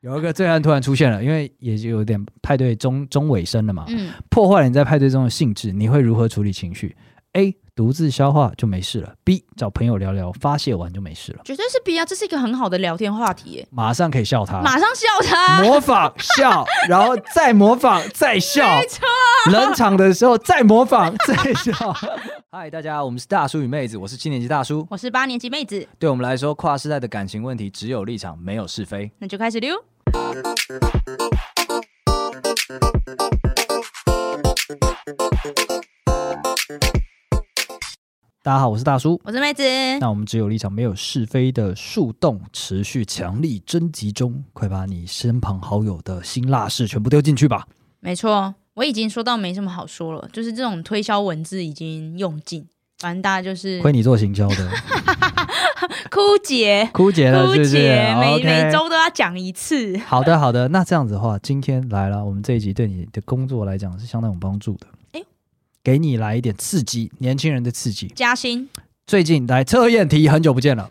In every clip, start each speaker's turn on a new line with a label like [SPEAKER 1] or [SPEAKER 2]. [SPEAKER 1] 有一个罪案突然出现了，因为也就有点派对中中尾声了嘛，
[SPEAKER 2] 嗯，
[SPEAKER 1] 破坏了你在派对中的兴致，你会如何处理情绪？A. 独自消化就没事了；B. 找朋友聊聊，发泄完就没事了，
[SPEAKER 2] 绝对是 B 啊，这是一个很好的聊天话题耶，
[SPEAKER 1] 马上可以笑他，
[SPEAKER 2] 马上笑他，
[SPEAKER 1] 模仿笑，然后再模仿，再笑，
[SPEAKER 2] 没错，
[SPEAKER 1] 冷场的时候再模仿，再笑。 嗨，大家，我们是大叔与妹子，我是七年级大叔。
[SPEAKER 2] 我是八年级妹子，
[SPEAKER 1] 对我们来说，跨世代的感情问题只有立场，没有是非。
[SPEAKER 2] 那就开始溜。
[SPEAKER 1] 大家好，我是大叔。
[SPEAKER 2] 我是妹子，
[SPEAKER 1] 那我们只有立场，没有是非的树洞持续强力征集中，快把你身旁好友的辛辣事全部丢进去吧。
[SPEAKER 2] 没错，我已经说到没什么好说了，就是这种推销文字已经用尽，反正大家就是
[SPEAKER 1] 亏你做行销 的，
[SPEAKER 2] 枯竭，
[SPEAKER 1] 枯竭了
[SPEAKER 2] 枯
[SPEAKER 1] 是不是
[SPEAKER 2] 竭，每
[SPEAKER 1] OK
[SPEAKER 2] 每周都要讲一次。
[SPEAKER 1] 好的，好的。那这样子的话，今天来了，我们这一集对你的工作来讲是相当有帮助的。
[SPEAKER 2] 哎呦
[SPEAKER 1] 给你来一点刺激，年轻人的刺激。
[SPEAKER 2] 加薪
[SPEAKER 1] 最近来测验题，很久不 见了。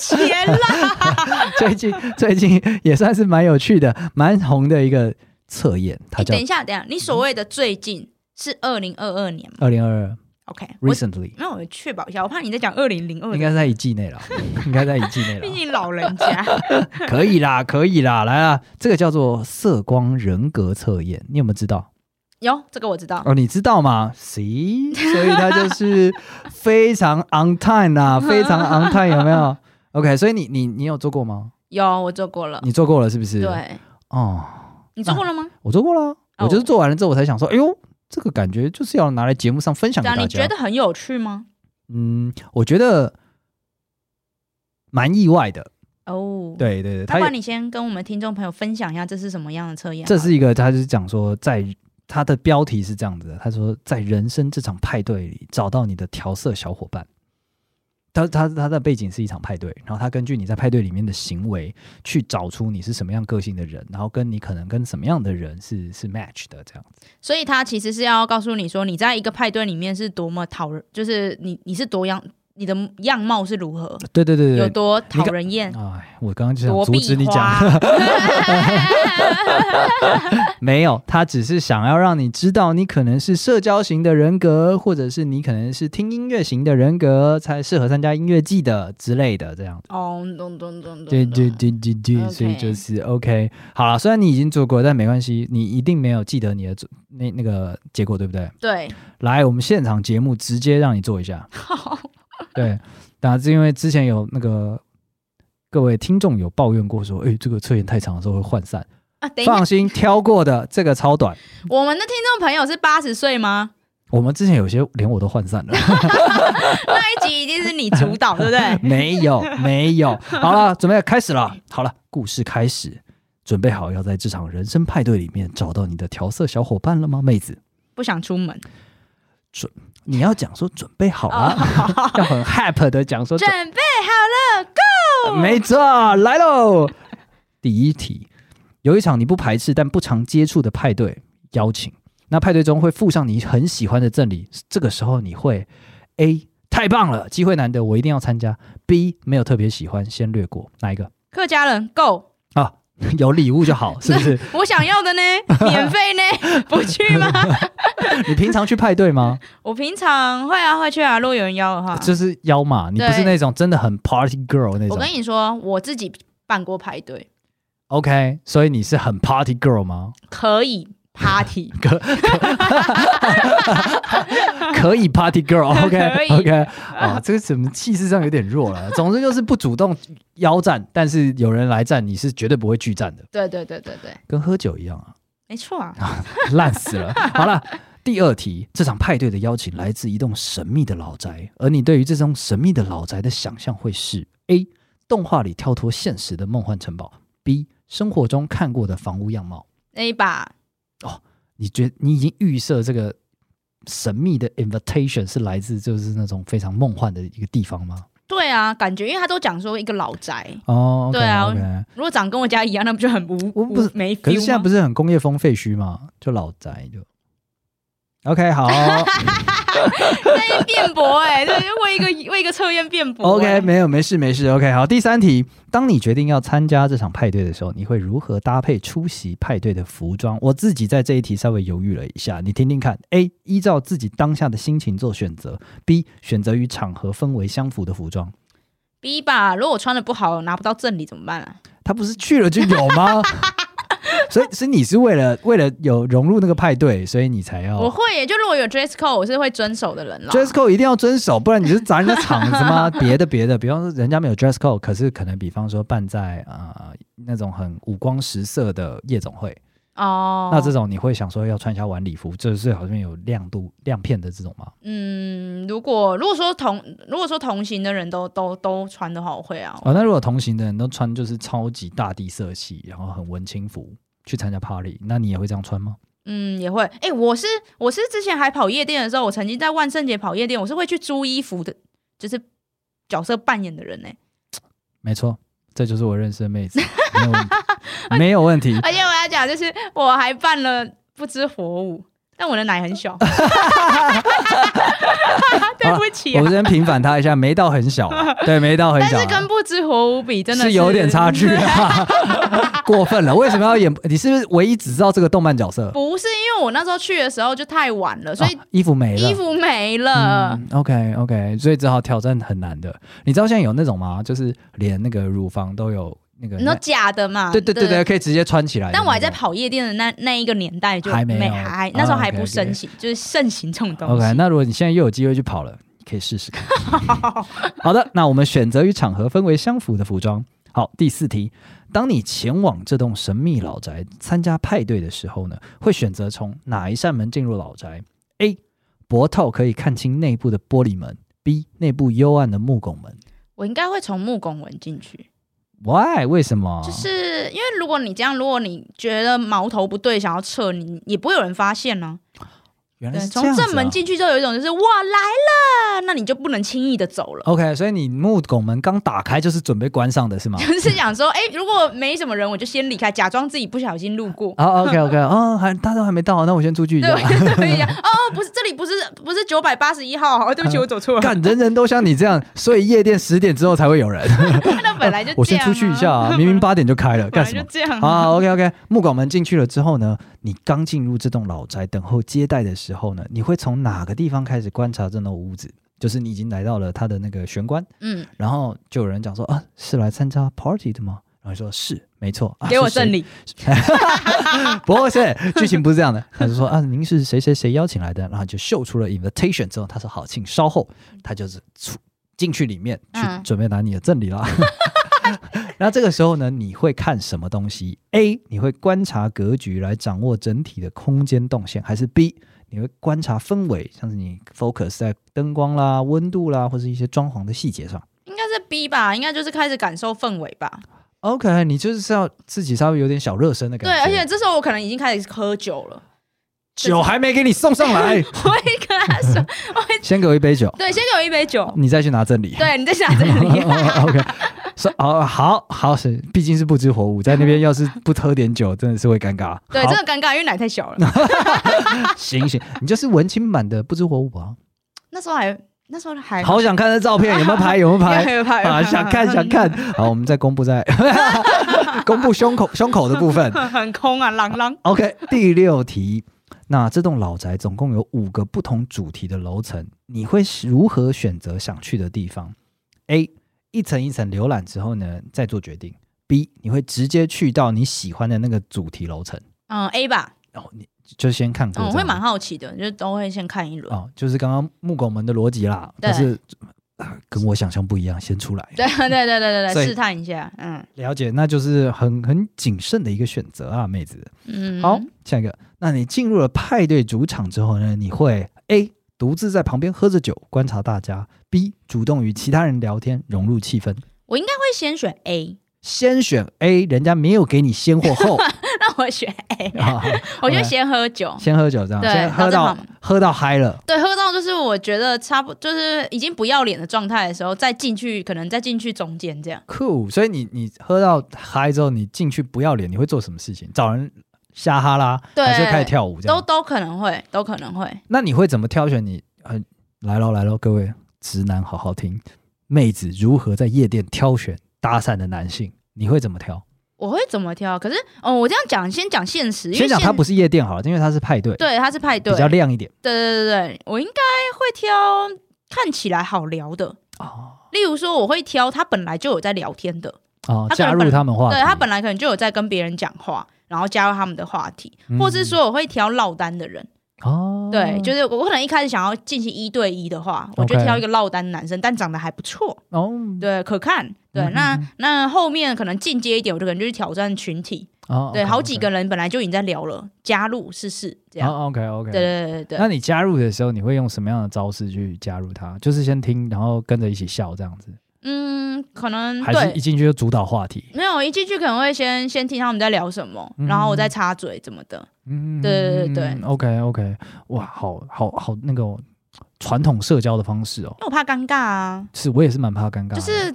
[SPEAKER 2] 钱 啦，
[SPEAKER 1] 最近最近也算是蛮有趣的，蛮红的一个测验，它叫
[SPEAKER 2] 你哎等一下，等一下，你所谓的最近是二零二二年吗
[SPEAKER 1] 二零二二
[SPEAKER 2] ？OK，我
[SPEAKER 1] recently，
[SPEAKER 2] 那我确保一下，我怕你在讲二零零 二
[SPEAKER 1] 应该
[SPEAKER 2] 年，
[SPEAKER 1] 是在一季内 了，应该在一季内
[SPEAKER 2] 毕
[SPEAKER 1] 了。
[SPEAKER 2] 竟老人家
[SPEAKER 1] 可以啦，可以啦，来啦，这个叫做色光人格测验，你有没有知道？
[SPEAKER 2] 有这个我知道。
[SPEAKER 1] 哦，你知道吗？See，所 以他就是非常 on time 啊，非常 on time，有没有？OK，所以你你你有做过吗？
[SPEAKER 2] 有，我做过了。
[SPEAKER 1] 你做过了是不是？，
[SPEAKER 2] 对，
[SPEAKER 1] 哦，
[SPEAKER 2] 你做过了吗？
[SPEAKER 1] 我做过了啊，
[SPEAKER 2] 哦
[SPEAKER 1] 我就是做完了之后，我才想说，哎呦，这个感觉就是要拿来节目上分享
[SPEAKER 2] 这
[SPEAKER 1] 给
[SPEAKER 2] 样
[SPEAKER 1] 大
[SPEAKER 2] 啊你觉
[SPEAKER 1] 家。
[SPEAKER 2] 得很有趣吗？
[SPEAKER 1] 嗯，我觉得蛮意外的。
[SPEAKER 2] 哦，，
[SPEAKER 1] 对对对，
[SPEAKER 2] 要
[SPEAKER 1] 他
[SPEAKER 2] 不
[SPEAKER 1] 也
[SPEAKER 2] 然你先跟我们听众朋友分享一下这是什么样的测验好
[SPEAKER 1] 这
[SPEAKER 2] 了？
[SPEAKER 1] 是一个，他就是讲说在。他的标题是这样子的，他说在人生这场派对里找到你的调色小伙伴。他他他的背景是一场派对，然后他根据你在派对里面的行为去找出你是什么样个性的人，然后跟你可能跟什么样的人是是 match 的这样子。
[SPEAKER 2] 所以他其实是要告诉你说，你在一个派对里面是多么讨人，就是你你是多样，你的样貌是如何，
[SPEAKER 1] 对对对
[SPEAKER 2] 有
[SPEAKER 1] 对对。
[SPEAKER 2] 多讨人厌，
[SPEAKER 1] 哎，我刚刚就想
[SPEAKER 2] 多
[SPEAKER 1] 阻止
[SPEAKER 2] 壁
[SPEAKER 1] 你
[SPEAKER 2] 花
[SPEAKER 1] 讲，。 没有， 他只是想要让你知道，你可能是社交型的人格，或者是你可能是听音乐型的人格，才适合参加音乐季的之类的这样子。
[SPEAKER 2] 哦，咚咚咚咚，
[SPEAKER 1] 对对，对对对，所以
[SPEAKER 2] OK
[SPEAKER 1] 就是 OK。好了，虽然你已经做过，但没关系，你一定没有记得你的做那那个结果，对不对？
[SPEAKER 2] 对，
[SPEAKER 1] 来，我们现场节目直接让你做一 下。
[SPEAKER 2] 好，
[SPEAKER 1] 对，当然是因为之前有那个各位听众有抱怨过说，哎，这个测验太长的时候会涣散。
[SPEAKER 2] 啊，等一下
[SPEAKER 1] 放，心，挑过的这个超短。
[SPEAKER 2] 我们的听众朋友是八十岁吗？
[SPEAKER 1] 我们之前有些连我都涣散了，
[SPEAKER 2] 那一集一定是你 主导，对不 对？
[SPEAKER 1] 没有没有。好了，准备开始了。好了，故事开始，准备好要在这场人生派对里面找到你的调色小伙伴了吗，妹子？
[SPEAKER 2] 不想出门，
[SPEAKER 1] 你要讲说准备好了， 要很 happy 的讲说准，
[SPEAKER 2] 准备好了，Go！
[SPEAKER 1] 没错，来喽。第一题，有一场你不排斥但不常接触的派对邀请，那派对中会附上你很喜欢的赠礼，这个时候你会 A 太棒了，机会难得，我一定要参加。B 没有特别喜欢，先略过，哪一个？
[SPEAKER 2] 客家人 Go！
[SPEAKER 1] 啊， 有礼物就 好，是不是？
[SPEAKER 2] 我想 要的呢，免费呢， 不去吗？
[SPEAKER 1] 你平常去派对吗？
[SPEAKER 2] 我平常会啊会去 啊，如果有人邀的话。
[SPEAKER 1] 就是邀嘛，你不是
[SPEAKER 2] 对
[SPEAKER 1] 那种真的很 party girl 那
[SPEAKER 2] 我
[SPEAKER 1] 种
[SPEAKER 2] 跟。你说，我自己办过派对，
[SPEAKER 1] OK，所以你是很 party girl 吗？
[SPEAKER 2] 可以 party，
[SPEAKER 1] 可以 party girl，OK
[SPEAKER 2] 可以
[SPEAKER 1] OK 啊，这个怎么气势上有点弱了？总之就是不主动邀战，但是有人来战，你是绝对不会拒战的，
[SPEAKER 2] 对对对对对，
[SPEAKER 1] 跟喝酒一样啊，
[SPEAKER 2] 没错啊。
[SPEAKER 1] 烂死了。好了。第二题，这场派对的邀请来自一栋神秘的老宅，而你对于这栋神秘的老宅的想象会是：A. 动画里跳脱现实的梦幻城堡；B. 生活中看过的房屋样貌。
[SPEAKER 2] 那一把
[SPEAKER 1] 你觉你已经预设这个神秘的 invitation 是来自就是那种非常梦幻的一个地方吗？
[SPEAKER 2] 对啊，感觉因为他都讲说一个老宅，
[SPEAKER 1] 哦
[SPEAKER 2] 对啊
[SPEAKER 1] o k
[SPEAKER 2] 如果长跟我家一样，那不就很无
[SPEAKER 1] 我不是
[SPEAKER 2] 无没 feel
[SPEAKER 1] 可是现在不
[SPEAKER 2] 是
[SPEAKER 1] 是很工业风废墟嘛，就老宅就。 OK，好
[SPEAKER 2] 在辩驳哎，对，为一个为一个测验辩驳
[SPEAKER 1] ，OK，
[SPEAKER 2] 哎
[SPEAKER 1] 没有，没事，没事，OK，好。第三题，当你决定要参加这场派对的时候，你会如何搭配出席派对的服装？我自己在这一题稍微犹豫了一下，你听听看。A，依照自己当下的心情做选择；B，选择与场合氛围相符的服装。
[SPEAKER 2] B 吧，如果我穿的不好，拿不到赠礼怎么办啊？
[SPEAKER 1] 他不是去了就有吗？ 所以，所以你是为了为了有融入那个派对，所以你才要
[SPEAKER 2] 我会耶，就如果有 dress code，我是会遵守的人啦。
[SPEAKER 1] 哦 dress code 一定要遵守，不然你是砸人家场子 吗？别的别的，比方说人家没有 dress code，可是可能比方说办在呃那种很五光十色的夜总会，
[SPEAKER 2] 哦，
[SPEAKER 1] 那这种你会想说要穿一下晚礼服，这是好像有亮度亮片的这种吗？
[SPEAKER 2] 嗯，如果如果说同如果说同行的人都都都穿的话，我会啊。
[SPEAKER 1] 哦，那如果同行的人都穿就是超级大地色系，然后很文青服去参加 party，那你也会这样穿吗？
[SPEAKER 2] 嗯，也会。哎、我是我是之前还跑夜店的时候，我曾经在万圣节跑夜店，我是会去租衣服的，就是角色扮演的人呢、
[SPEAKER 1] 没错，这就是我认识的妹子，没有问题，没 有问题。
[SPEAKER 2] 而且我要讲，就是我还扮了不知火舞，但我的奶很 小。对不起、
[SPEAKER 1] 我
[SPEAKER 2] 啊
[SPEAKER 1] 们，先平反他一下，没到很小啊，对，没到很
[SPEAKER 2] 但
[SPEAKER 1] 小啊、
[SPEAKER 2] 是跟不知火舞比，真的
[SPEAKER 1] 是有点差距啊，过分了。为什么要演？你是不是唯一只知道这个动漫角色？
[SPEAKER 2] 不是因为我那时候去的时候就太晚了，所以
[SPEAKER 1] 啊衣服没了，
[SPEAKER 2] 衣服呃没了。
[SPEAKER 1] 嗯、OK OK，所以只好挑战很难的。你知道现在有那种吗？就是连那个乳房都有那个
[SPEAKER 2] 你，说假的嘛？
[SPEAKER 1] 对对对对，可以直接穿起来的那种。
[SPEAKER 2] 但我还在跑夜店的那那一个年代就
[SPEAKER 1] 还没有
[SPEAKER 2] 还
[SPEAKER 1] 哦
[SPEAKER 2] 那时候还不
[SPEAKER 1] OK，OK
[SPEAKER 2] 盛行，就是盛行这种东西。
[SPEAKER 1] OK，那如果你现在又有机会去跑了，你可以试试看。好的，那我们选择与场合氛围相符的服装。好，第四题，当你前往这栋神秘老宅参加派对的时候呢，会选择从哪一扇门进入老宅？A. 脖套可以看清内部的玻璃门；B. 内部幽暗的木拱门。
[SPEAKER 2] 我应该会从木拱门进去，
[SPEAKER 1] Why？为什么？
[SPEAKER 2] 就是因为如果你这样，如果你觉得矛头不对，想要撤你，也不会有人发现呢、
[SPEAKER 1] 原来
[SPEAKER 2] 对，
[SPEAKER 1] 是这
[SPEAKER 2] 从
[SPEAKER 1] 样子、啊。
[SPEAKER 2] 正门进去就有一种就是我来了，那你就不能轻易的走了。
[SPEAKER 1] OK，所以你木拱门刚打开就是准备关上的 是吗？
[SPEAKER 2] 就是想说，哎、如果没什么人，我就先离开，假装自己不小心路过。
[SPEAKER 1] 啊、o k OK，啊、还大家都还没到，那我先出去一
[SPEAKER 2] 对，
[SPEAKER 1] 下
[SPEAKER 2] 我。就 对呀，哦，不是，这里不是不是九百八十一号，哦，对 不起，我走 错了，
[SPEAKER 1] 干，人人都像你这样，所以夜店十点之后才会有 人。
[SPEAKER 2] 那本来就
[SPEAKER 1] 我
[SPEAKER 2] 这
[SPEAKER 1] 先
[SPEAKER 2] 样
[SPEAKER 1] 出去一
[SPEAKER 2] 啊
[SPEAKER 1] 下啊，明明八点就开了，
[SPEAKER 2] 本
[SPEAKER 1] 干
[SPEAKER 2] 来
[SPEAKER 1] 什
[SPEAKER 2] 就
[SPEAKER 1] 么？
[SPEAKER 2] 这样
[SPEAKER 1] 啊，OK OK，木拱门进去了之后呢，你刚进入这栋老宅等候接待的时候呢，你会从哪个地方开始观察这栋屋子？就是你已经来到了它的那个玄关，
[SPEAKER 2] 嗯，
[SPEAKER 1] 然后就有人讲说啊，是来参加 party 的吗？然后你说是，没错，啊、
[SPEAKER 2] 给我
[SPEAKER 1] 是谁
[SPEAKER 2] 赠礼。
[SPEAKER 1] 不是，剧情不是这 样的。他就说啊，您是谁谁谁邀请来的，然后就秀出了 invitation 之后，他说好，请稍后，他就是出进去里面去
[SPEAKER 2] 嗯
[SPEAKER 1] 准备拿你的赠 礼啦。那这个时候呢，你会看什么东西？A，你会观察格局来掌握整体的空间动线，还是 B，你会观察氛围，像是你 focus 在灯光啦、温度啦，或是一些装潢的细节上
[SPEAKER 2] 应该是 B 吧，应该就是开始感受氛围吧。
[SPEAKER 1] ？OK，你就是要自己稍微有点小热身的感
[SPEAKER 2] 对，
[SPEAKER 1] 觉。
[SPEAKER 2] 而且这时候我可能已经开始喝酒了，
[SPEAKER 1] 酒还没给你送上来，
[SPEAKER 2] 我 会跟他说，
[SPEAKER 1] 先给我一杯酒。
[SPEAKER 2] 对，先给我一杯酒，
[SPEAKER 1] 哦你再去拿赠礼。
[SPEAKER 2] 对你在想这 里，
[SPEAKER 1] OK，说哦，好好是，毕竟是不知火舞，在那边要是不喝点酒，真的是会尴尬。
[SPEAKER 2] 对，
[SPEAKER 1] 好
[SPEAKER 2] 真的尴尬，因为奶太小了，
[SPEAKER 1] 行行，你就是文青版的不知火舞 啊。
[SPEAKER 2] 那时候还那时候还
[SPEAKER 1] 哎好想看那照片，有没有拍？ 有没有拍？
[SPEAKER 2] 害害怕，
[SPEAKER 1] 啊，想看想看。好，我们再公布在 公布胸口胸口的部分。
[SPEAKER 2] 很，很空啊，朗朗。
[SPEAKER 1] OK，第六题。那这栋老宅总共有五个不同主题的楼层，你会如何选择想去的地方？A. 一层一层浏览之后呢，再做决定。B. 你会直接去到你喜欢的那个主题楼层，
[SPEAKER 2] 嗯，A 吧，
[SPEAKER 1] 哦，你就先看过
[SPEAKER 2] 嗯，
[SPEAKER 1] 这
[SPEAKER 2] 我
[SPEAKER 1] 样。
[SPEAKER 2] 会蛮好奇的，就都会先看一轮。
[SPEAKER 1] 哦，就是刚刚木狗门的逻辑啦，
[SPEAKER 2] 对
[SPEAKER 1] 但是、啊跟我想象不一样，先出来。
[SPEAKER 2] 对对对对对
[SPEAKER 1] 所
[SPEAKER 2] 对，
[SPEAKER 1] 以
[SPEAKER 2] 试探一下，嗯
[SPEAKER 1] 了解，那就是很很谨慎的一个选择啊，妹子。
[SPEAKER 2] 嗯，
[SPEAKER 1] 好，下一个。那你进入了派对主场之后呢？你会 A 独自在旁边喝着酒观察大家，B 主动与其他人聊天融入气氛。
[SPEAKER 2] 我应该会先选 A，
[SPEAKER 1] 先选 A，人家没有给你先或 后，
[SPEAKER 2] 那我选 A，
[SPEAKER 1] 啊、
[SPEAKER 2] 我就
[SPEAKER 1] OK
[SPEAKER 2] 先喝酒，
[SPEAKER 1] 先喝酒这样，
[SPEAKER 2] 对
[SPEAKER 1] 先喝
[SPEAKER 2] 然后
[SPEAKER 1] 到
[SPEAKER 2] 再
[SPEAKER 1] 喝到嗨了。
[SPEAKER 2] 对，喝到就是我觉得差不就是已经不要脸的状态的时候，再进去，可能再进去中间这样。
[SPEAKER 1] 酷，所以你你喝到嗨之后，你进去不要脸，你会做什么事情？找人瞎哈拉，
[SPEAKER 2] 对
[SPEAKER 1] 还是会开始跳舞这
[SPEAKER 2] 都
[SPEAKER 1] 样。
[SPEAKER 2] 都可能会，都可能会。
[SPEAKER 1] 那你会怎么挑选你？呃，来喽来喽，各位直男好好听，妹子如何在夜店挑选搭讪的男性？你会怎么挑？
[SPEAKER 2] 我会怎么挑？可是，哦，我这样讲，先讲现实，因为
[SPEAKER 1] 先讲
[SPEAKER 2] 现
[SPEAKER 1] 它不是夜店好了，因为它是派对，
[SPEAKER 2] 对，它是派对，
[SPEAKER 1] 比较亮一点
[SPEAKER 2] 对对对对，我应该会挑看起来好聊的，
[SPEAKER 1] 哦
[SPEAKER 2] 例如说我会挑他本来就有在聊天的，
[SPEAKER 1] 哦，
[SPEAKER 2] 他可能
[SPEAKER 1] 加入
[SPEAKER 2] 本
[SPEAKER 1] 他们话题，
[SPEAKER 2] 对他本来可能就有在跟别人讲话，然后加入他们的话题，
[SPEAKER 1] 嗯
[SPEAKER 2] 或是说我会挑落单的人，
[SPEAKER 1] 哦，
[SPEAKER 2] 对，就是我可能一开始想要进行一对一的话，我就
[SPEAKER 1] OK
[SPEAKER 2] 挑一个落单男生，但长得还不错，
[SPEAKER 1] 哦
[SPEAKER 2] 对，可看，对，
[SPEAKER 1] 嗯
[SPEAKER 2] 那
[SPEAKER 1] 嗯嗯
[SPEAKER 2] 那后面可能进阶一点，我就可能就去挑战群体，
[SPEAKER 1] 哦，
[SPEAKER 2] 对，
[SPEAKER 1] OK，
[SPEAKER 2] 好几
[SPEAKER 1] OK
[SPEAKER 2] 个人本来就已经在聊了，加入试试这样，
[SPEAKER 1] 哦，OK OK，
[SPEAKER 2] 对对对对
[SPEAKER 1] 那
[SPEAKER 2] 对，
[SPEAKER 1] 你加入的时候，你会用什么样的招式去加入他？就是先听，然后跟着一起笑这样子，
[SPEAKER 2] 嗯，可能
[SPEAKER 1] 还是
[SPEAKER 2] 对
[SPEAKER 1] 一。进去就主导话题？
[SPEAKER 2] 没有，一进去可能会先先听他们在聊什么，
[SPEAKER 1] 嗯
[SPEAKER 2] 然后我再插嘴怎么的。
[SPEAKER 1] 嗯，
[SPEAKER 2] 对对对对
[SPEAKER 1] ，OK OK，哇，好好好，那个哦传统社交的方式哦，
[SPEAKER 2] 因为我怕尴尬啊，
[SPEAKER 1] 是我也是蛮怕尴尬的，
[SPEAKER 2] 就是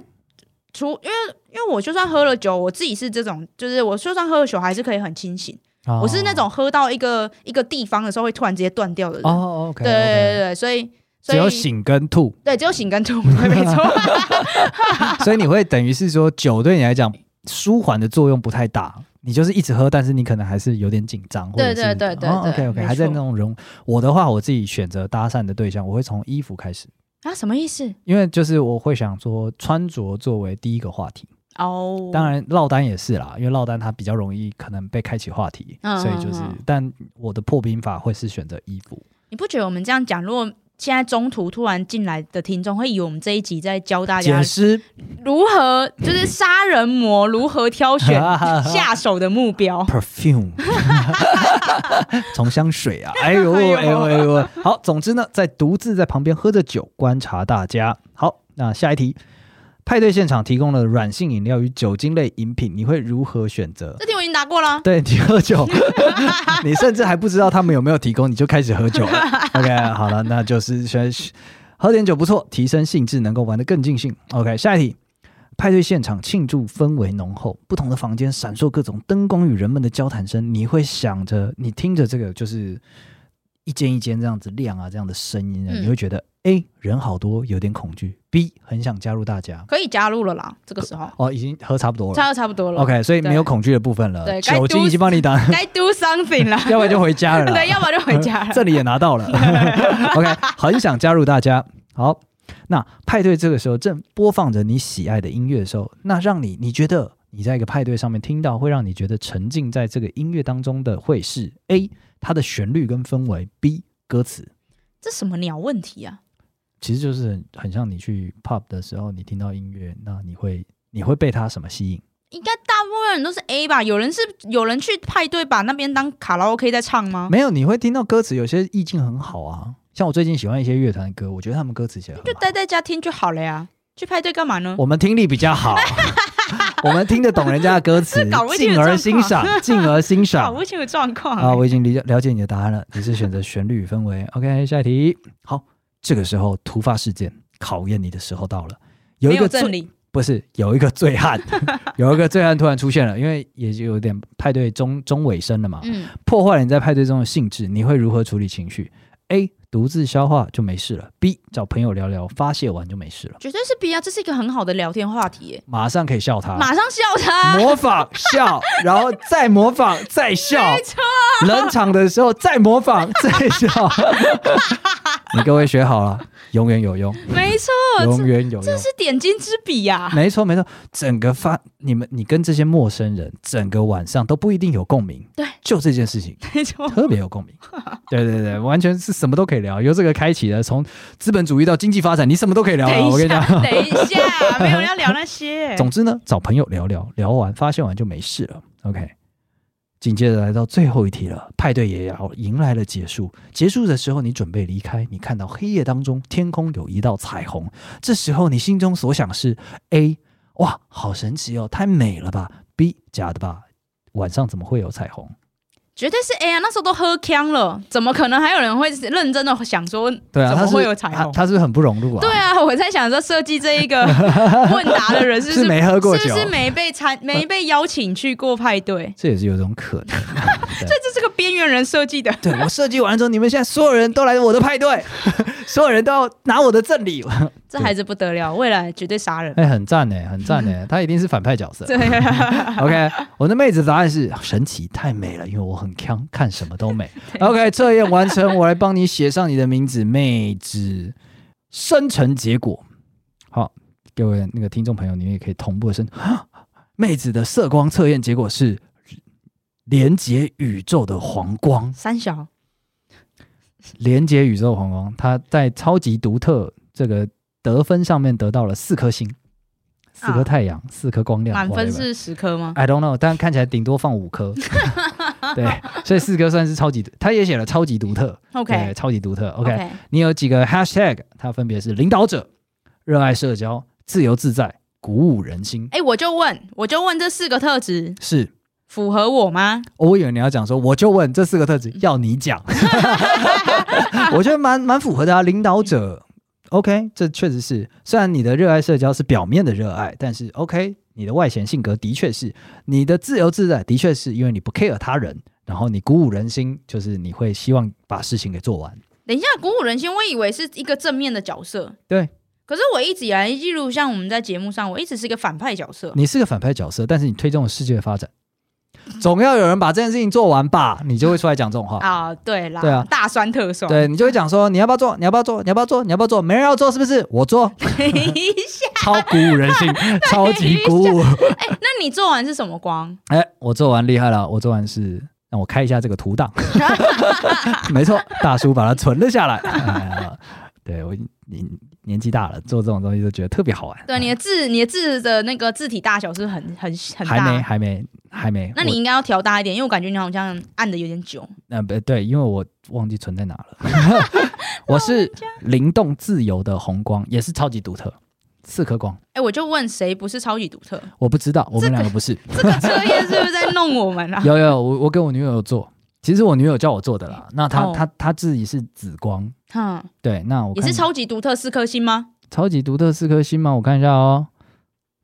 [SPEAKER 2] 除因为因为我就算喝了酒，我自己是这种，就是我就算喝了酒还是可以很清醒。
[SPEAKER 1] 哦
[SPEAKER 2] 我是那种喝到一个一个地方的时候会突然直接断掉的人。
[SPEAKER 1] 哦，OK，
[SPEAKER 2] 对对对对，所以所
[SPEAKER 1] 只有
[SPEAKER 2] 以
[SPEAKER 1] 醒跟吐，
[SPEAKER 2] 对只有醒跟吐，对，没 错。
[SPEAKER 1] 所以你会等于是说酒对你来讲舒缓的作用不太大。你就是一直喝，但是你可能还是有点紧张，或者是
[SPEAKER 2] 对对对对对
[SPEAKER 1] OK
[SPEAKER 2] 没
[SPEAKER 1] OK，
[SPEAKER 2] 错
[SPEAKER 1] 还在那种融。我的话，我自己选择搭讪的对象，我会从衣服开始。
[SPEAKER 2] 啊，什么意思？
[SPEAKER 1] 因为就是我会想说，穿着作为第一个话题，
[SPEAKER 2] 哦，
[SPEAKER 1] 当然落单也是啦，因为落单它比较容易可能被开启话题，
[SPEAKER 2] 嗯
[SPEAKER 1] 所以就是
[SPEAKER 2] 嗯嗯，
[SPEAKER 1] 但我的破冰法会是选择衣服，
[SPEAKER 2] 你不觉得我们这样讲，如果现在中途突然进来的听众会以为我们这一集在教大家
[SPEAKER 1] 解释？
[SPEAKER 2] 如何就是杀人魔如何挑选下手的目标
[SPEAKER 1] perfume，从香水 啊，哎呦
[SPEAKER 2] 哎呦
[SPEAKER 1] 哎呦哎呦，好，总之呢，在独自在旁边喝着酒，观察大家。好，那下一题，派对现场提供了软性饮料与酒精类饮品，你会如何选择？
[SPEAKER 2] 这题我已经答过 了啊。
[SPEAKER 1] 对你喝酒， 你甚至还不知道他们有没有提供，你就开始喝 酒了。OK，好了，那就是先喝点酒不错，提升兴致，能够玩得更尽兴。OK，下一题。派对现场庆祝氛围浓厚，不同的房间闪烁各种灯光与人们的交谈声。你会想着，你听着这个就是一间一间这样子亮啊，这样的声音啊，
[SPEAKER 2] 嗯
[SPEAKER 1] 你会觉得 A 人好多，有点恐惧；B 很想加入大家。
[SPEAKER 2] 可以加入了啦，这个时候
[SPEAKER 1] 哦，已经喝差不多了。
[SPEAKER 2] 差不多差不多了。
[SPEAKER 1] OK，所以没有
[SPEAKER 2] 对
[SPEAKER 1] 恐惧的部分了，
[SPEAKER 2] 对该
[SPEAKER 1] 酒精已经帮你挡，
[SPEAKER 2] 该 do something 了
[SPEAKER 1] 要不然就回家了啦。
[SPEAKER 2] 对，要不然就回家了。
[SPEAKER 1] 这里也拿 到了。OK，很想加入大家。好，那派对这个时候正播放着你喜爱的音乐的时候，那让你你觉得你在一个派对上面听到，会让你觉得沉浸在这个音乐当中的会是 A 它的旋律跟氛围，B 歌词。
[SPEAKER 2] 这什么鸟问题啊？
[SPEAKER 1] 其实就是很很像你去 pub 的时候，你听到音乐，那你会你会被它什么吸引？
[SPEAKER 2] 应该大部分人都是 A 吧？有人是有人去派对把那边当卡拉 OK 在唱吗？
[SPEAKER 1] 没有，你会听到歌词，有些意境很好啊。像我最近喜欢一些乐团的歌，我觉得他们歌词写得很好。
[SPEAKER 2] 就待在家听就好了呀，去派对干嘛 呢？
[SPEAKER 1] 我们听力比较好，我们听得懂人家的歌词
[SPEAKER 2] 搞不，清楚
[SPEAKER 1] 进而欣赏， 进而欣
[SPEAKER 2] 搞
[SPEAKER 1] 赏
[SPEAKER 2] 不。清楚状况
[SPEAKER 1] 啊，
[SPEAKER 2] 欸。
[SPEAKER 1] 我已经理解了解你的答案了，你是选择旋律与氛围。OK，下一题。好，这个时候突发事件考验你的时候到了，有一
[SPEAKER 2] 没有
[SPEAKER 1] 个
[SPEAKER 2] 正
[SPEAKER 1] 罪
[SPEAKER 2] 理，
[SPEAKER 1] 不是有一个罪 案，有一个罪案突然出现了，因为也就有点派对中中尾声了嘛，
[SPEAKER 2] 嗯，
[SPEAKER 1] 破坏了你在派对中的兴致，你会如何处理情绪？A 独自消化就没事了，B 找朋友聊聊发泄完就没事了，
[SPEAKER 2] 绝对是 B 啊，这是一个很好的聊天话题耶，
[SPEAKER 1] 马上可以笑他，
[SPEAKER 2] 马上笑他。
[SPEAKER 1] 模仿 笑，然后再模仿再笑，没错。冷场的时候再模仿再 笑，你各位学好了，永远有用，
[SPEAKER 2] 没错，
[SPEAKER 1] 永远有
[SPEAKER 2] 哦这
[SPEAKER 1] 用。
[SPEAKER 2] 是点睛之 笔呀、
[SPEAKER 1] 没错没错，整个发你们你跟这些陌生人整个晚上都不一定有共鸣，
[SPEAKER 2] 对，
[SPEAKER 1] 就这件事情
[SPEAKER 2] 没错，
[SPEAKER 1] 特别有共鸣。对对对，完全是什么都可以聊，由这个开启的，从资本主义到经济发展，你什么都可以聊啊。
[SPEAKER 2] 等
[SPEAKER 1] 我跟
[SPEAKER 2] 一
[SPEAKER 1] 你讲，
[SPEAKER 2] 下，等 一下，没有人要聊那些。
[SPEAKER 1] 总之呢，找朋友聊聊，聊完发现完就没事了。OK，紧接着来到最后一题了，派对也要迎来了结束。结束的时候，你准备离开，你看到黑夜当中天空有一道彩虹，这时候你心中所想是 A，哇，好神奇哦，太美了吧；B，假的吧，晚上怎么会有彩虹？
[SPEAKER 2] 绝对是 A 啊！那时候都喝呛了，怎么可能还有人会认真的想说？
[SPEAKER 1] 对啊，
[SPEAKER 2] 怎
[SPEAKER 1] 他
[SPEAKER 2] 么
[SPEAKER 1] 是
[SPEAKER 2] 会有彩虹
[SPEAKER 1] 他？他是不是很不融入啊。
[SPEAKER 2] 对啊，我在想说设计这 一个问答的人是不
[SPEAKER 1] 是
[SPEAKER 2] 是
[SPEAKER 1] 没喝过酒
[SPEAKER 2] 呃是不是没被参没被邀请去过派对？
[SPEAKER 1] 这也是有种可能。 对
[SPEAKER 2] 这是个边缘人设计的，
[SPEAKER 1] 对我设计完了之后，你们现在所有人都来我的派对， 所有人都要拿我的赠礼，
[SPEAKER 2] 这孩子不得了，未来绝对杀人。
[SPEAKER 1] 哎、很赞呢，很赞呢，他一定是反派角色。
[SPEAKER 2] 对，
[SPEAKER 1] OK，我的妹子答案是神奇，太美了，因为我很强，看什么都美。OK，测验完成，我来帮你写上你的名字，妹子。生成结果，好，各位那个听众朋友，你们也可以同步生。啊妹子的色光测验结果是连接宇宙的黄光，
[SPEAKER 2] 三小
[SPEAKER 1] 连接宇宙黄光，它在超级独特这个得分上面得到了四颗星，四颗
[SPEAKER 2] 啊
[SPEAKER 1] 太阳，四颗光亮，
[SPEAKER 2] 满分
[SPEAKER 1] whatever
[SPEAKER 2] 是十颗吗？
[SPEAKER 1] I don't know，但看起来顶多放五 颗。对，所以四颗算是超级，他也写了超级独特对，
[SPEAKER 2] OK
[SPEAKER 1] 超级独特。OK，, 你有几个 hashtag，它分别是领导者、热爱社交、自由自在、鼓舞人心。
[SPEAKER 2] 哎，我就问，我就问这四个特质
[SPEAKER 1] 是，
[SPEAKER 2] 符合我吗？
[SPEAKER 1] 哦我以为你要讲说，我就问这四个特质要你讲， 我觉得蛮蛮符合的啊。领导者，OK，这确实是，虽然你的热爱社交是表面的热爱，但是 OK，你的外显性格的确是，你的自由自在的确是因为你不 care 他人，然后你鼓舞人心，就是你会希望把事情给做完。
[SPEAKER 2] 等一下，鼓舞人心，我以为是一个正面的角色。
[SPEAKER 1] 对。
[SPEAKER 2] 可是我一直以来，例如像我们在节目上，我一直是一个反派角色。
[SPEAKER 1] 你是个反派角色，但是你推动了世界的发展，总要有人把这件事情做完吧，你就会出来讲这种话。
[SPEAKER 2] 啊，对啦，
[SPEAKER 1] 对啊
[SPEAKER 2] 大酸特酸。
[SPEAKER 1] 对你就会讲说你要不要做，你要不要做，你要不要做，你要不要做，没人要做是不是？我做，
[SPEAKER 2] 等一下，
[SPEAKER 1] 超鼓舞人 心，超级鼓舞。
[SPEAKER 2] 哎、 那你做完是什么光？
[SPEAKER 1] 哎，我做完厉害了，我做完是让我开一下这个图 档，没错，大叔把它存了下来。哎对我年年纪大了，做这种东西都觉得特别好玩。
[SPEAKER 2] 对，你的字，你的字的那个字体大小是不是很很很
[SPEAKER 1] 还没
[SPEAKER 2] 大。
[SPEAKER 1] 还没还没，
[SPEAKER 2] 那你应该要调大一点，因为我感觉你好像按的有点久。
[SPEAKER 1] 那不、对，因为我忘记存在哪 了。 我是灵动自由的红光，也是超级独特，四颗光。
[SPEAKER 2] 哎、我就问谁不是超级独特？
[SPEAKER 1] 我不知道，我们两个不是。
[SPEAKER 2] 这个测验是不是在弄我们啊？
[SPEAKER 1] 有有，我我跟我女友有做，其实我女友叫我做的啦。那她、
[SPEAKER 2] 哦
[SPEAKER 1] 她她自己是紫光，
[SPEAKER 2] 哼，
[SPEAKER 1] 对，那我
[SPEAKER 2] 也
[SPEAKER 1] 看
[SPEAKER 2] 是超级独特四颗星吗？
[SPEAKER 1] 超级独特四颗星吗？我看一下哦。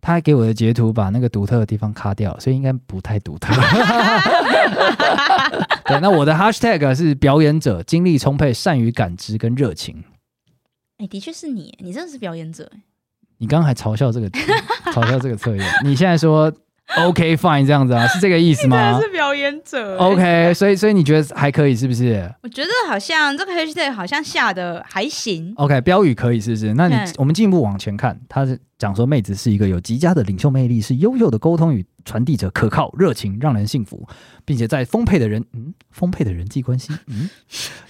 [SPEAKER 1] 他还给我的截图把那个独特的地方卡掉了，所以应该不太独特。 对，那我的 hashtag 是表演者，精力充沛，善于感知跟热情。
[SPEAKER 2] 哎、的确是你，你真的是表演者。
[SPEAKER 1] 你刚刚还嘲笑这个 嘲笑这个测验，你现在说 OK fine 这样子啊，是这个意思 吗
[SPEAKER 2] 是表演者欸
[SPEAKER 1] ？OK，所以所以你觉得还可以是不是
[SPEAKER 2] 我觉得好像这个 hashtag 好像下的还行。
[SPEAKER 1] ？OK，标语可以是不是？那你
[SPEAKER 2] 嗯
[SPEAKER 1] 我们进一步往前看，他是讲说妹子是一个有极佳的领袖魅力，是优秀的沟通与传递者，可靠、热情，让人信服，并且在丰沛的人嗯丰沛的人际关系嗯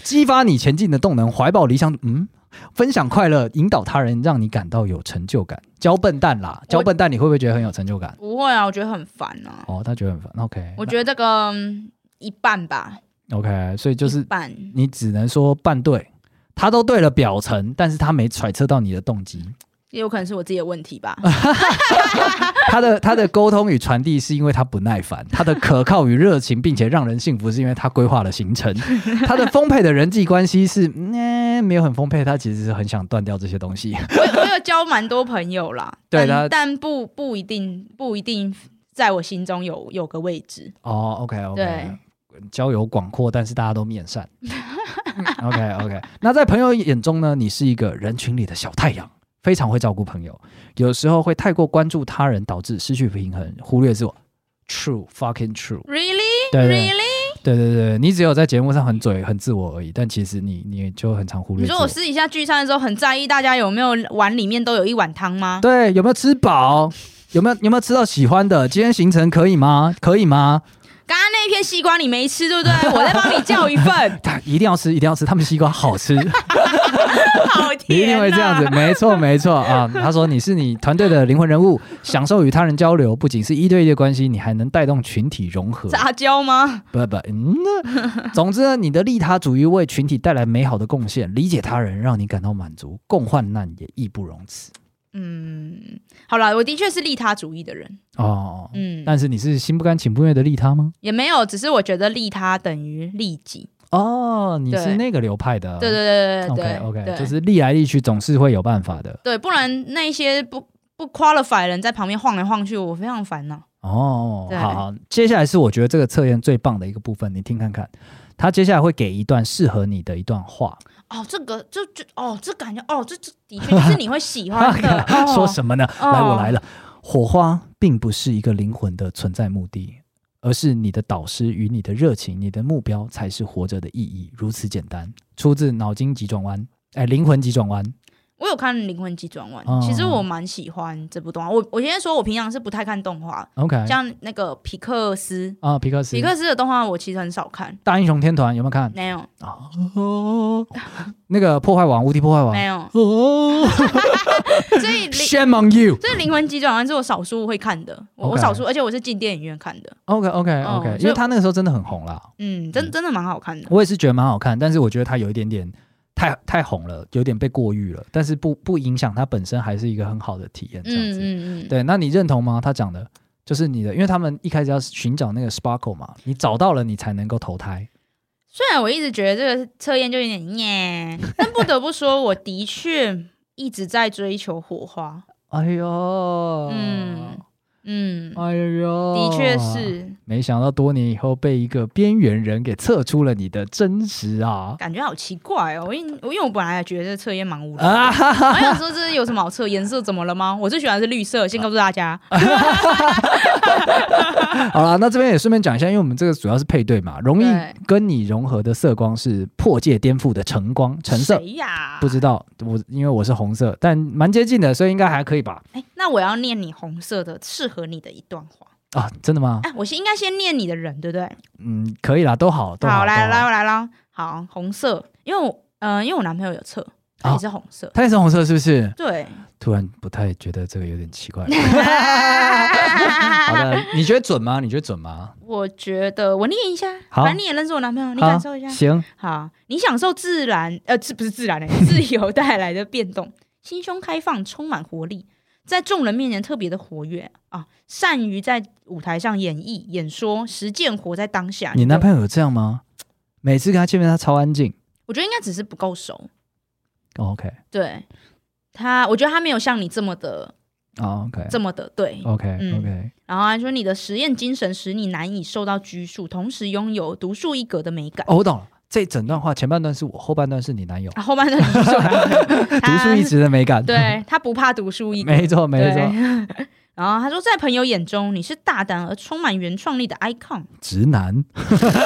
[SPEAKER 1] 激发你前进的动能，怀抱理想嗯。分享快乐，引导他人，让你感到有成就感。教笨蛋啦，教笨蛋，你会不会觉得很有成就感？
[SPEAKER 2] 不会啊，我觉得很烦啊。
[SPEAKER 1] 哦，他觉得很烦。OK，
[SPEAKER 2] 我觉得这个、嗯一半吧，
[SPEAKER 1] OK，所以就
[SPEAKER 2] 一
[SPEAKER 1] 是
[SPEAKER 2] 半。
[SPEAKER 1] 你只能说半对，他都对了表层，但是他没揣测到你的动机。
[SPEAKER 2] 也有可能是我自己的问题 吧。
[SPEAKER 1] 他的他的沟通与传递是因为他不耐烦，他的可靠与热情，并且让人幸福是因为他规划了行程，他的丰沛的人际关系是嗯呃没有很丰沛，他其实是很想断掉这些东西。
[SPEAKER 2] 我我有交蛮多朋友啦，
[SPEAKER 1] 对他
[SPEAKER 2] 但但不不一定不一定在我心中有有个位置。
[SPEAKER 1] 哦，OK OK
[SPEAKER 2] 对。
[SPEAKER 1] 交友广阔，但是大家都面善。OK OK，那在朋友眼中呢，你是一个人群里的小太阳，非常会照顾朋友，有时候会太过关注他人，导致失去平衡，忽略自我。True fucking true。
[SPEAKER 2] Really,
[SPEAKER 1] 对对
[SPEAKER 2] really？
[SPEAKER 1] 对对对，你只有在节目上很嘴很自我而已，但其实你你就很常忽略
[SPEAKER 2] 你
[SPEAKER 1] 自
[SPEAKER 2] 说我
[SPEAKER 1] 我。
[SPEAKER 2] 私底下聚餐的时候很在意大家有没有碗里面都有一碗汤吗？
[SPEAKER 1] 对，有没有吃饱？有没有有没有吃到喜欢的？今天行程可以吗？可以吗？，
[SPEAKER 2] 刚刚那片西瓜你没吃，对不对？我再帮你叫一份
[SPEAKER 1] 但一定要吃，一定要吃，他们西瓜好 吃。
[SPEAKER 2] 好
[SPEAKER 1] 你一
[SPEAKER 2] 甜、
[SPEAKER 1] 定
[SPEAKER 2] 啊！
[SPEAKER 1] 会这样子，没错没错啊。他说你是你团队的灵魂人物，享受与他人交流，不仅是一对一的关系，你还能带动群体融合。
[SPEAKER 2] 杂交吗？
[SPEAKER 1] 不不，嗯，总之呢，你的利他主义为群体带来美好的贡献，理解他人，让你感到满足，共患难也义不容辞。
[SPEAKER 2] 嗯，好了，我的确是利他主义的人，
[SPEAKER 1] 哦，
[SPEAKER 2] 嗯，
[SPEAKER 1] 但是你是心不甘情不愿的利他吗？
[SPEAKER 2] 也没有，只是我觉得利他等于利己。
[SPEAKER 1] 哦，你是
[SPEAKER 2] 对
[SPEAKER 1] 那个流派的。
[SPEAKER 2] 对对对对对
[SPEAKER 1] OK
[SPEAKER 2] 对
[SPEAKER 1] OK，就是利来利去，总是会有办法的。
[SPEAKER 2] 对，不然那一些不不 qualify 的人在旁边晃来晃去，我非常烦恼。
[SPEAKER 1] 哦，
[SPEAKER 2] 对
[SPEAKER 1] 好好，接下来是我觉得这个测验最棒的一个部分，你听看看，他接下来会给一段适合你的一段话，
[SPEAKER 2] 哦，这个就就哦，这感觉哦，这这的确是你会 喜欢的。哦、
[SPEAKER 1] 说什么呢？
[SPEAKER 2] 哦
[SPEAKER 1] 来，我来了。火花并不是一个灵魂的存在目的，而是你的导师与你的热情、你的目标才是活着的意义，如此简单。出自《脑筋急转弯》，哎，《灵魂急转弯》
[SPEAKER 2] 我有看《灵魂急转弯》
[SPEAKER 1] 哦
[SPEAKER 2] 其实我蛮喜欢这部动画。我我先说，我平常是不太看动画，
[SPEAKER 1] ，OK，
[SPEAKER 2] 像那个皮克斯，
[SPEAKER 1] 啊，皮克斯，
[SPEAKER 2] 皮克斯的动画我其实很少看，
[SPEAKER 1] 大英雄天团有没有看？
[SPEAKER 2] 没有
[SPEAKER 1] 啊，哦那个破坏王，无敌破坏王，，
[SPEAKER 2] 没有
[SPEAKER 1] 哦
[SPEAKER 2] 所以灵
[SPEAKER 1] ，Shame on you。
[SPEAKER 2] 所以《灵魂急转弯》是我少数会看的，我我
[SPEAKER 1] OK
[SPEAKER 2] 少数，而且我是进电影院看的，
[SPEAKER 1] OK OK
[SPEAKER 2] 哦
[SPEAKER 1] OK，、
[SPEAKER 2] 所以
[SPEAKER 1] 因为他那个时候真的很红啦，
[SPEAKER 2] 嗯，真真的蛮好看的。
[SPEAKER 1] 我也是觉得蛮好看，但是我觉得他有一点点太太红了，有点被过誉了，但是不不影响他本身还是一个很好的体验这样
[SPEAKER 2] 嗯
[SPEAKER 1] 子。
[SPEAKER 2] 嗯嗯，
[SPEAKER 1] 对，那你认同吗？他讲的就是你的，因为他们一开始要寻找那个 sparkle 嘛，你找到了你才能够投胎。
[SPEAKER 2] 虽然我一直觉得这个测验就有点耶，但不得不说，我的确一直在追求火花。
[SPEAKER 1] 哎呦，
[SPEAKER 2] 嗯嗯，
[SPEAKER 1] 哎呦，
[SPEAKER 2] 的确。是，
[SPEAKER 1] 没想到多年以后被一个边缘人给测出了你的真实啊！
[SPEAKER 2] 感觉好奇怪哦。我因我因为我本来也觉得这测验蛮无聊的，
[SPEAKER 1] 啊哈哈，
[SPEAKER 2] 我想说这有什么好测？颜色怎么了吗？我最喜欢的是绿色，先告诉大家。
[SPEAKER 1] 好了，那这边也顺便讲一下，因为我们这个主要是配对嘛，容易
[SPEAKER 2] 对
[SPEAKER 1] 跟你融合的色光是破界颠覆的橙光， 橙色
[SPEAKER 2] 谁呀？
[SPEAKER 1] 不知道我因为我是红色，但蛮接近的，所以应该还可以吧？
[SPEAKER 2] 哎，那我要念你红色的适合你的一段话。
[SPEAKER 1] 啊，真的吗？
[SPEAKER 2] 哎，我先应该先念你的人，对不对？
[SPEAKER 1] 嗯，可以啦，都好，都
[SPEAKER 2] 好，来
[SPEAKER 1] 都
[SPEAKER 2] 来我来啦。好，红色，因为我呃，因为我男朋友有测，
[SPEAKER 1] 啊
[SPEAKER 2] 他也是红色。
[SPEAKER 1] 他也是红色是不是？
[SPEAKER 2] 对，
[SPEAKER 1] 突然不太觉得这个有点奇 怪。好
[SPEAKER 2] 好
[SPEAKER 1] 的，你觉得准吗？你觉得准吗？
[SPEAKER 2] 我觉得我念一下，
[SPEAKER 1] 好
[SPEAKER 2] 反正你也认识我男朋友，你感受一下啊
[SPEAKER 1] 好。行，
[SPEAKER 2] 好，你享受自然，呃，自不是自然、欸， 自由带来的变动，心胸开放，充满活力，在众人面前特别的活跃啊，善于在舞台上演绎、演说、实践，活在当下。
[SPEAKER 1] 你男
[SPEAKER 2] 友，
[SPEAKER 1] 朋友有这样吗？每次跟他见面，他超安静。
[SPEAKER 2] 我觉得应该只是不够熟，
[SPEAKER 1] 哦 OK，
[SPEAKER 2] 对他，我觉得他没有像你这么的、
[SPEAKER 1] 哦 OK，
[SPEAKER 2] 这么的对。
[SPEAKER 1] OK
[SPEAKER 2] 嗯
[SPEAKER 1] OK，
[SPEAKER 2] 然后他说，你的实验精神使你难以受到拘束，同时拥有独树一格的美感。
[SPEAKER 1] 哦，我懂了。这整段话前半段是我，后半段是你男友，
[SPEAKER 2] 啊，后半段你说
[SPEAKER 1] 独树一，帜的美感。
[SPEAKER 2] 他，对他不怕独树一 格，
[SPEAKER 1] 没错没错，
[SPEAKER 2] 对。 然后他说，在朋友眼中，你是大胆而充满原创力的 icon。
[SPEAKER 1] 直男，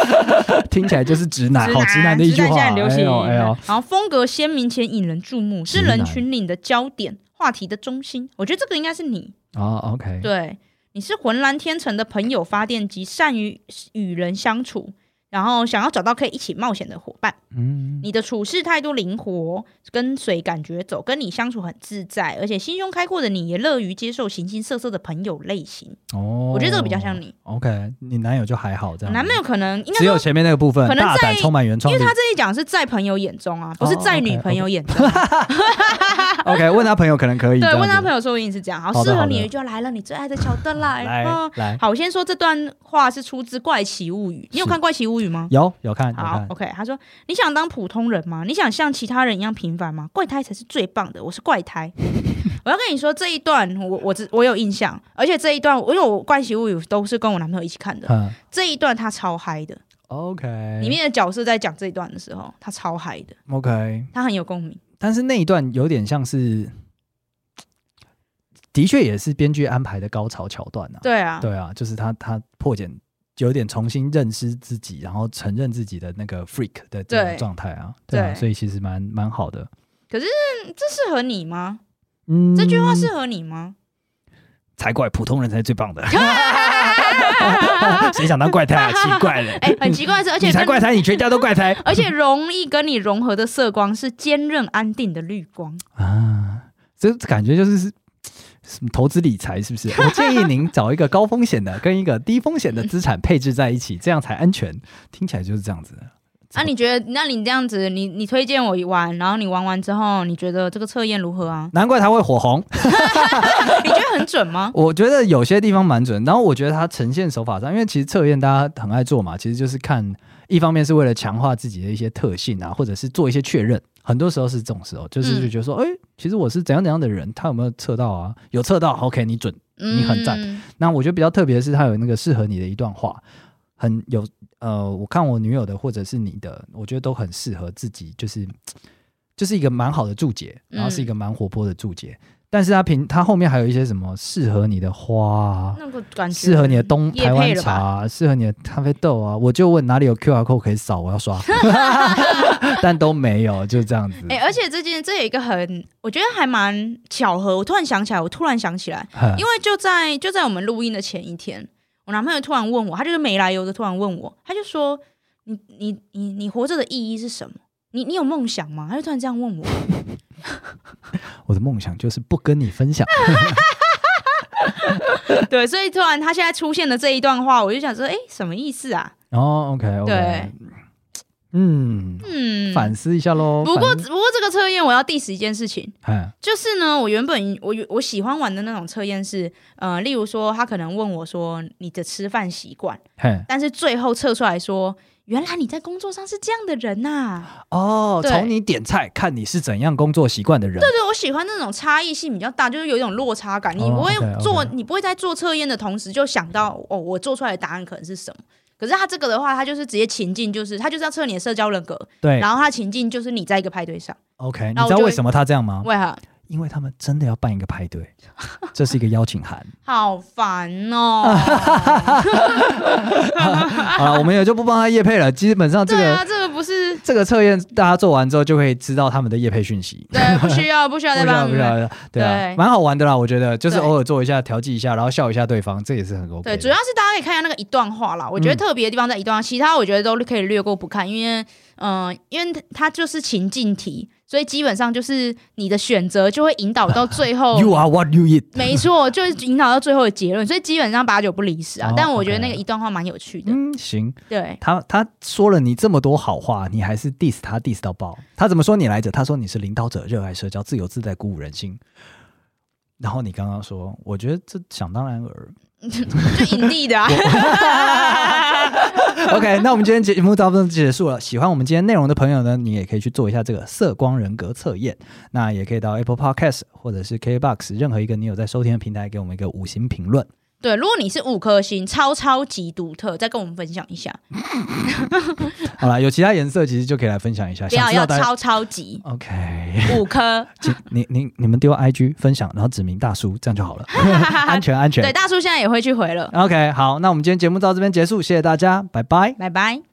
[SPEAKER 1] 听起来就是直男，哎好直男的一句
[SPEAKER 2] 直
[SPEAKER 1] 话，
[SPEAKER 2] 男现在很流
[SPEAKER 1] 哎
[SPEAKER 2] 行。
[SPEAKER 1] 呦哎呦，
[SPEAKER 2] 然后风格鲜明且引人注目，是
[SPEAKER 1] 直男
[SPEAKER 2] 人群里的焦点，话题的中心。我觉得这个应该是你，
[SPEAKER 1] 哦 OK，
[SPEAKER 2] 嗯对，你是浑然天成的朋友发电机，善于与人相处。然后想要找到可以一起冒险的伙伴，
[SPEAKER 1] 嗯，
[SPEAKER 2] 你的处事态度灵活，跟随感觉走，跟你相处很自在，而且心胸开阔的你也乐于接受形形色色的朋友类型。
[SPEAKER 1] 哦，
[SPEAKER 2] 我觉得这个比较像你。
[SPEAKER 1] OK，你男友就还好这样，
[SPEAKER 2] 男朋友可能应该
[SPEAKER 1] 只有
[SPEAKER 2] 说，
[SPEAKER 1] 前面那个部分
[SPEAKER 2] 可能
[SPEAKER 1] 大胆
[SPEAKER 2] 在
[SPEAKER 1] 充满原
[SPEAKER 2] 因
[SPEAKER 1] 创哦
[SPEAKER 2] 为
[SPEAKER 1] 力
[SPEAKER 2] 他这一讲是在朋友眼中啊，不是在女朋 友眼中。
[SPEAKER 1] ，OK，问他朋友可能可以，
[SPEAKER 2] 对，
[SPEAKER 1] 这样
[SPEAKER 2] 问他
[SPEAKER 1] 子
[SPEAKER 2] 朋友说不定是这样。好，
[SPEAKER 1] 好的
[SPEAKER 2] 适合
[SPEAKER 1] 好
[SPEAKER 2] 你
[SPEAKER 1] 的
[SPEAKER 2] 就来了，你最爱的乔德 啦。
[SPEAKER 1] 来
[SPEAKER 2] 哦
[SPEAKER 1] 来，
[SPEAKER 2] 好，我先说这段话是出自《怪奇物语》，你有
[SPEAKER 1] 是
[SPEAKER 2] 看《怪奇物语》吗？
[SPEAKER 1] 有有看有
[SPEAKER 2] 好
[SPEAKER 1] 看，
[SPEAKER 2] ，OK，他说你想当普通人吗？你想像其他人一样平凡吗？怪胎才是最棒的，我是 怪胎。我要跟你说这一段，我我只我有印象，而且这一段，因为我《怪奇物语》都是跟我男朋友一起看的，
[SPEAKER 1] 嗯
[SPEAKER 2] 这一段他超嗨的。
[SPEAKER 1] ，OK，
[SPEAKER 2] 里面的角色在讲这一段的时候，他超嗨的，
[SPEAKER 1] OK，
[SPEAKER 2] 他很有共鸣。
[SPEAKER 1] 但是那一段有点像是，的确也是编剧安排的高潮桥段啊，
[SPEAKER 2] 对啊，
[SPEAKER 1] 对啊，就是他他破茧，有点重新认识自己，然后承认自己的那个 freak 的这种
[SPEAKER 2] 对
[SPEAKER 1] 状态啊，对啊，
[SPEAKER 2] 对
[SPEAKER 1] 所以其实蛮蛮好的。
[SPEAKER 2] 这适合你吗？
[SPEAKER 1] 嗯，
[SPEAKER 2] 这句话适合你吗？
[SPEAKER 1] 才怪，普通人才是最棒 的。谁想当怪胎啊？奇怪了，
[SPEAKER 2] 哎、很奇怪的是，而且
[SPEAKER 1] 你才
[SPEAKER 2] 跟
[SPEAKER 1] 怪胎，你全家都怪胎
[SPEAKER 2] 而且容易跟你融合的色光是坚韧安定的绿光。
[SPEAKER 1] 啊！这感觉就是是什么投资理财是不是？我建议您找一个高风险的跟一个低风险的资产配置在一起，这样才安全。听起来就是这样子。？
[SPEAKER 2] 啊，你觉得？那你这样子，你你推荐我玩，然后你玩完之后，你觉得这个测验如何啊
[SPEAKER 1] 难怪他会火红，
[SPEAKER 2] 你觉得很准吗？
[SPEAKER 1] 我觉得有些地方蛮准，然后我觉得它呈现手法上，因为其实测验大家很爱做嘛，其实就是看一方面是为了强化自己的一些特性啊，或者是做一些确认，很多时候是这种时候，就是
[SPEAKER 2] 嗯
[SPEAKER 1] 就觉得说，哎、其实我是怎样怎样的人，他有没有测到啊？有测到，OK，你准， 你很赞
[SPEAKER 2] 嗯
[SPEAKER 1] 那我觉得比较特别的是，它有那个适合你的一段话，很有呃，我看我女友的或者是你的，我觉得都很适合自己，就是就是一个蛮好的注解，
[SPEAKER 2] 嗯
[SPEAKER 1] 然后是一个蛮活泼的注解。但是它平它后面还有一些什么适合你的花、啊。
[SPEAKER 2] 那个感觉
[SPEAKER 1] 适合你的东
[SPEAKER 2] 业
[SPEAKER 1] 台
[SPEAKER 2] 配
[SPEAKER 1] 湾
[SPEAKER 2] 了
[SPEAKER 1] 茶
[SPEAKER 2] 吧？
[SPEAKER 1] 啊、适合你的咖啡豆啊！我就问哪里有 QR code 可以扫，我要 刷，但都没有，就这样子。
[SPEAKER 2] 哎、而且这件这有一个很，我觉得还蛮巧合。我突然想起来，我突然想起来，
[SPEAKER 1] 哼
[SPEAKER 2] 因为就在就在我们录音的前一天，我男朋友突然问我，他就是没来由的突然问我，他就说：“你你你你活着的意义是什么？你你有梦想吗？”他就突然这样问我，
[SPEAKER 1] 我的梦想就是不跟你分享。
[SPEAKER 2] 对，所以突然他现在出现的这一段话，我就想说，哎、什么意思啊？
[SPEAKER 1] 哦，OK OK，
[SPEAKER 2] 对
[SPEAKER 1] 嗯，
[SPEAKER 2] 嗯，
[SPEAKER 1] 反思一下喽。
[SPEAKER 2] 不过
[SPEAKER 1] 反
[SPEAKER 2] 不过这个测验我要 diss 一件事情，
[SPEAKER 1] 哎，
[SPEAKER 2] 就是呢，我原本我我喜欢玩的那种测验是，呃，例如说他可能问我说你的吃饭习惯，
[SPEAKER 1] 嘿，
[SPEAKER 2] 但是最后测出来说，原来你在工作上是这样的人啊呐、
[SPEAKER 1] 哦，
[SPEAKER 2] 对
[SPEAKER 1] 从你点菜看你是怎样工作习惯的人。
[SPEAKER 2] 对对，我喜欢那种差异性比较大，就是有一种落差感。你
[SPEAKER 1] 哦
[SPEAKER 2] 不会
[SPEAKER 1] OK，OK
[SPEAKER 2] 做你不会在做测验的同时就想到哦，我做出来的答案可能是什么。可是他这个的话，他就是直接情境，就是他就是要测你的社交人格，
[SPEAKER 1] 对
[SPEAKER 2] 然后他情境就是你在一个派对上，
[SPEAKER 1] ，OK，你
[SPEAKER 2] 那我
[SPEAKER 1] 知道
[SPEAKER 2] 就
[SPEAKER 1] 为
[SPEAKER 2] 会
[SPEAKER 1] 什么他这样吗？
[SPEAKER 2] 为何？
[SPEAKER 1] 因为他们真的要办一个派 对，这是一个邀请函。
[SPEAKER 2] 好烦哦！
[SPEAKER 1] 好了，我们也就不帮他夜配了。基本上这
[SPEAKER 2] 对
[SPEAKER 1] 个、
[SPEAKER 2] 啊，这个不是
[SPEAKER 1] 这个测验，大家做完之后就会知道他们的夜配讯息。
[SPEAKER 2] 对，不需要，不需要
[SPEAKER 1] 不
[SPEAKER 2] 再
[SPEAKER 1] 知道
[SPEAKER 2] 帮
[SPEAKER 1] 不
[SPEAKER 2] 你
[SPEAKER 1] 知
[SPEAKER 2] 们。
[SPEAKER 1] 道，对啊
[SPEAKER 2] 对，
[SPEAKER 1] 蛮好玩的啦，我觉得就是
[SPEAKER 2] 对
[SPEAKER 1] 偶尔做一下调剂一下，然后笑一下对方，这也是很 OK
[SPEAKER 2] 对，
[SPEAKER 1] 的。
[SPEAKER 2] 主要是大家可以看一下那个一段话啦。我觉得
[SPEAKER 1] 嗯
[SPEAKER 2] 特别的地方在一段话，其他我觉得都可以略过不看，因为嗯、呃因为它它就是情境题，所以基本上就是你的选择就会引导到 最后。
[SPEAKER 1] You are what you eat。
[SPEAKER 2] 没错，就是引导到最后的结论，所以基本上八九不离十啊。
[SPEAKER 1] 哦
[SPEAKER 2] 但我觉得
[SPEAKER 1] OK
[SPEAKER 2] 那个一段话蛮有趣的，
[SPEAKER 1] 嗯，行，
[SPEAKER 2] 对，
[SPEAKER 1] 他他说了你这么多好话，你还是 diss 他 diss 到爆。他怎么说你来着？他说你是领导者，热爱社交，自由自在，鼓舞人心。然后你刚刚说，我觉得这想当然尔。
[SPEAKER 2] 就影帝的 啊。
[SPEAKER 1] OK，那我们今天节目到这结束了。喜欢我们今天内容的朋友呢，你也可以去做一下这个色光人格测验。那也可以到 Apple Podcast 或者是 KBox 任何一个你有在收听的平台，给我们一个五星评论。
[SPEAKER 2] 对，如果你是五颗星，超超级独特，再跟我们分享一下，
[SPEAKER 1] 好啦，有其他颜色其实就可以来分享一下。
[SPEAKER 2] 不
[SPEAKER 1] 想
[SPEAKER 2] 要
[SPEAKER 1] 知道
[SPEAKER 2] 要
[SPEAKER 1] 大家
[SPEAKER 2] 超超级
[SPEAKER 1] OK。
[SPEAKER 2] 五颗。
[SPEAKER 1] 请你你你们丢 IG 分享，然后指名大叔，这样就好了，安全安全嗯
[SPEAKER 2] 对，。大叔现在也会去回了，
[SPEAKER 1] OK，好，那我们今天节目到这边结束，谢谢大家，拜拜。
[SPEAKER 2] 拜拜。